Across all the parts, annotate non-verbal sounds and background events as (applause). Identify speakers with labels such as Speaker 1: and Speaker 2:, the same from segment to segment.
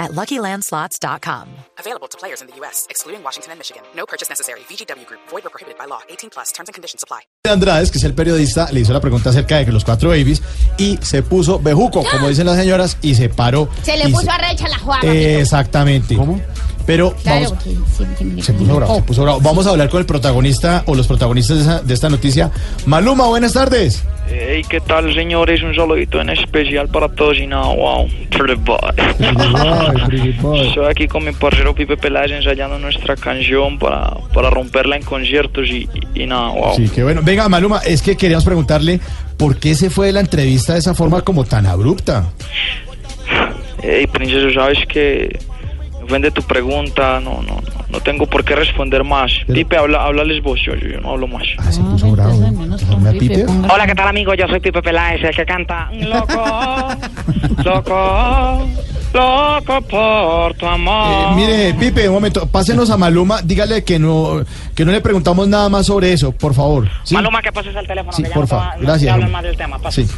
Speaker 1: at luckylandslots.com.
Speaker 2: Available to players in the U.S., excluding Washington and Michigan. No purchase necessary. VGW Group, void or prohibited by law. 18 plus terms and conditions apply.
Speaker 3: de Andrades, que es el periodista, le hizo la pregunta acerca de que los cuatro babies y se puso bejuco, como dicen las señoras, y se paró.
Speaker 4: Se le
Speaker 3: y
Speaker 4: puso arrecha la Juana.
Speaker 3: Exactamente. ¿Cómo? Pero
Speaker 4: Claro,
Speaker 3: vamos,
Speaker 4: que sí, sí, sí.
Speaker 3: se puso bravo, se puso bravo. Vamos a hablar con el protagonista o los protagonistas de, esa- de esta noticia. Maluma, buenas tardes.
Speaker 5: Hey, ¿qué tal, señores? Un saludito en especial para todos y nada, wow, pretty boy. (laughs) Estoy aquí con mi parcero Pipe Peláez ensayando nuestra canción para, para romperla en conciertos y, y nada, wow.
Speaker 3: Sí, qué bueno. Venga, Maluma, es que queríamos preguntarle por qué se fue de la entrevista de esa forma como tan abrupta.
Speaker 5: Hey, princesa, sabes que vende tu pregunta, no, no, no, no tengo por qué responder más. Pipe, habla, háblales vos, yo, yo- yo no hablo más.
Speaker 3: Ah, se puso bravo. ¿Me pipe?
Speaker 5: Hola, ¿qué tal, amigo? Yo soy Pipe Peláez, el que canta
Speaker 3: (laughs)
Speaker 5: Loco, loco, loco por tu
Speaker 3: Eh,
Speaker 5: amor.
Speaker 3: mire, Pipe, un momento, pásenos a Maluma, dígale que no, que no le preguntamos nada más sobre eso, por favor. ¿sí?
Speaker 6: Maluma, que pases al teléfono.
Speaker 3: Sí,
Speaker 6: que ya
Speaker 3: por
Speaker 6: no te
Speaker 3: favor.
Speaker 6: va- no
Speaker 3: Gracias.
Speaker 6: te hablan
Speaker 3: Maluma.
Speaker 6: más del tema. Pasa.
Speaker 3: Sí.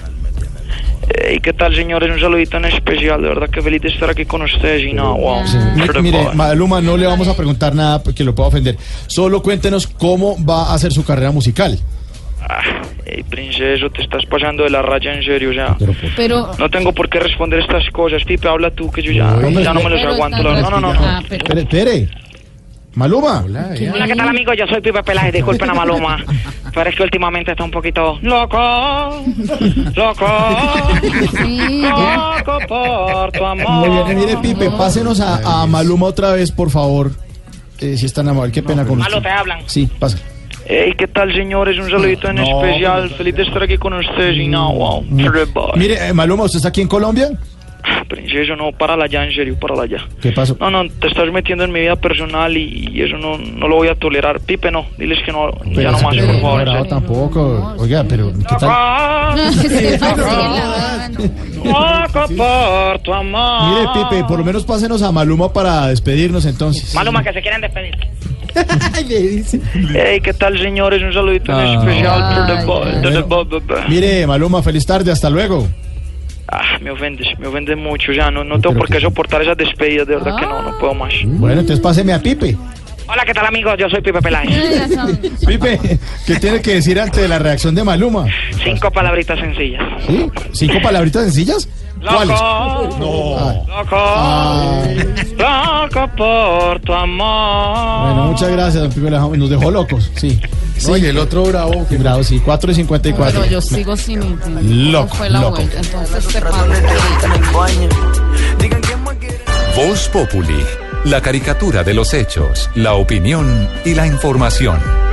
Speaker 5: ¿Y qué tal, señores? Un saludito en especial. De verdad que feliz de estar aquí con ustedes. Y no, wow.
Speaker 3: Sí. Mi-
Speaker 5: Pero,
Speaker 3: Mire,
Speaker 5: pues,
Speaker 3: Maluma, no le vamos a preguntar nada que lo pueda ofender. Solo cuéntenos cómo va a ser su carrera musical.
Speaker 5: ah, ey, princeso, te estás pasando de la raya en serio. O sea,
Speaker 7: Pero,
Speaker 5: no tengo por qué responder estas cosas. Pipe, habla tú, que yo ya,
Speaker 3: Uy.
Speaker 5: ya no me los
Speaker 7: Pero
Speaker 5: aguanto.
Speaker 7: está
Speaker 5: No, no, no. no.
Speaker 7: Ah, pero-
Speaker 3: Espere, espere. Maluma.
Speaker 6: Hola,
Speaker 7: ¿qué
Speaker 6: ¿qué
Speaker 4: (laughs)
Speaker 6: tal, amigo? Yo soy Pipe Peláez. Disculpen a Maluma. Pero es que últimamente está un poquito loco. Loco.
Speaker 7: sí, ya.
Speaker 6: Loco por tu
Speaker 3: Muy
Speaker 6: amor.
Speaker 3: bien, mire, Pipe, pásenos a, a Maluma otra vez, por favor. Eh, si es tan amable, qué pena con usted.
Speaker 6: Malo, te hablan.
Speaker 3: Sí, pasa.
Speaker 5: Ey, ¿qué tal, señores? Un saludito en especial. Feliz de estar aquí con ustedes. Y no, wow. Pero, pues,
Speaker 3: Mire, eh, Maluma, ¿usted está aquí en Colombia?
Speaker 5: ah, Princeso, no, párala ya, en serio, párala ya.
Speaker 3: ¿Qué pasó?
Speaker 5: No, no, te estás metiendo en mi vida personal y, y eso no, no lo voy a tolerar. Pipe, no, diles que no, ya no más,
Speaker 3: pero
Speaker 5: por
Speaker 3: no
Speaker 5: favor. en
Speaker 3: bravo
Speaker 5: serio.
Speaker 3: tampoco. Oiga, pero ¿qué tal?
Speaker 5: Ah,
Speaker 7: Se le fue la mano.
Speaker 5: Loco por tu amor.
Speaker 3: Mire, Pipe, por lo menos pásenos a Maluma para despedirnos entonces.
Speaker 6: Maluma, que se quieren despedir.
Speaker 5: Hey, ¿qué tal, señores? Un saludito en
Speaker 3: Ah.
Speaker 5: especial por
Speaker 7: Ay,
Speaker 5: the bo- to the bo- bo- bo-
Speaker 3: Mire, Maluma, feliz tarde, hasta luego.
Speaker 5: Ah, me ofendes, me ofendes mucho. O sea, no, no tengo
Speaker 3: Pero
Speaker 5: por qué
Speaker 3: que- Ah.
Speaker 5: soportar esas despedidas, de verdad que no, no puedo más.
Speaker 3: Bueno, entonces páseme a Pipe.
Speaker 6: Hola, ¿qué tal, amigo? Yo soy Pipe
Speaker 3: (laughs)
Speaker 6: Peláez.
Speaker 3: Pipe, ¿qué tiene que decir ante la reacción de Maluma?
Speaker 6: Cinco palabritas sencillas.
Speaker 3: ¿Sí? ¿Cinco palabritas sencillas? ¿Cuáles?
Speaker 6: Loco.
Speaker 3: No. Ah.
Speaker 6: Loco. Loco por tu amor.
Speaker 3: Bueno, muchas gracias, don Pipe. Lejao. Nos dejó locos, sí. Oye, el otro bravo. Bravo, sí. 4 y 54.
Speaker 7: Pero yo sigo sin entender.
Speaker 3: Loco,
Speaker 7: ¿Cómo fue la
Speaker 3: loco.
Speaker 7: vuelta? Entonces se paró.
Speaker 8: Voz Populi, la caricatura de los hechos, la opinión y la información.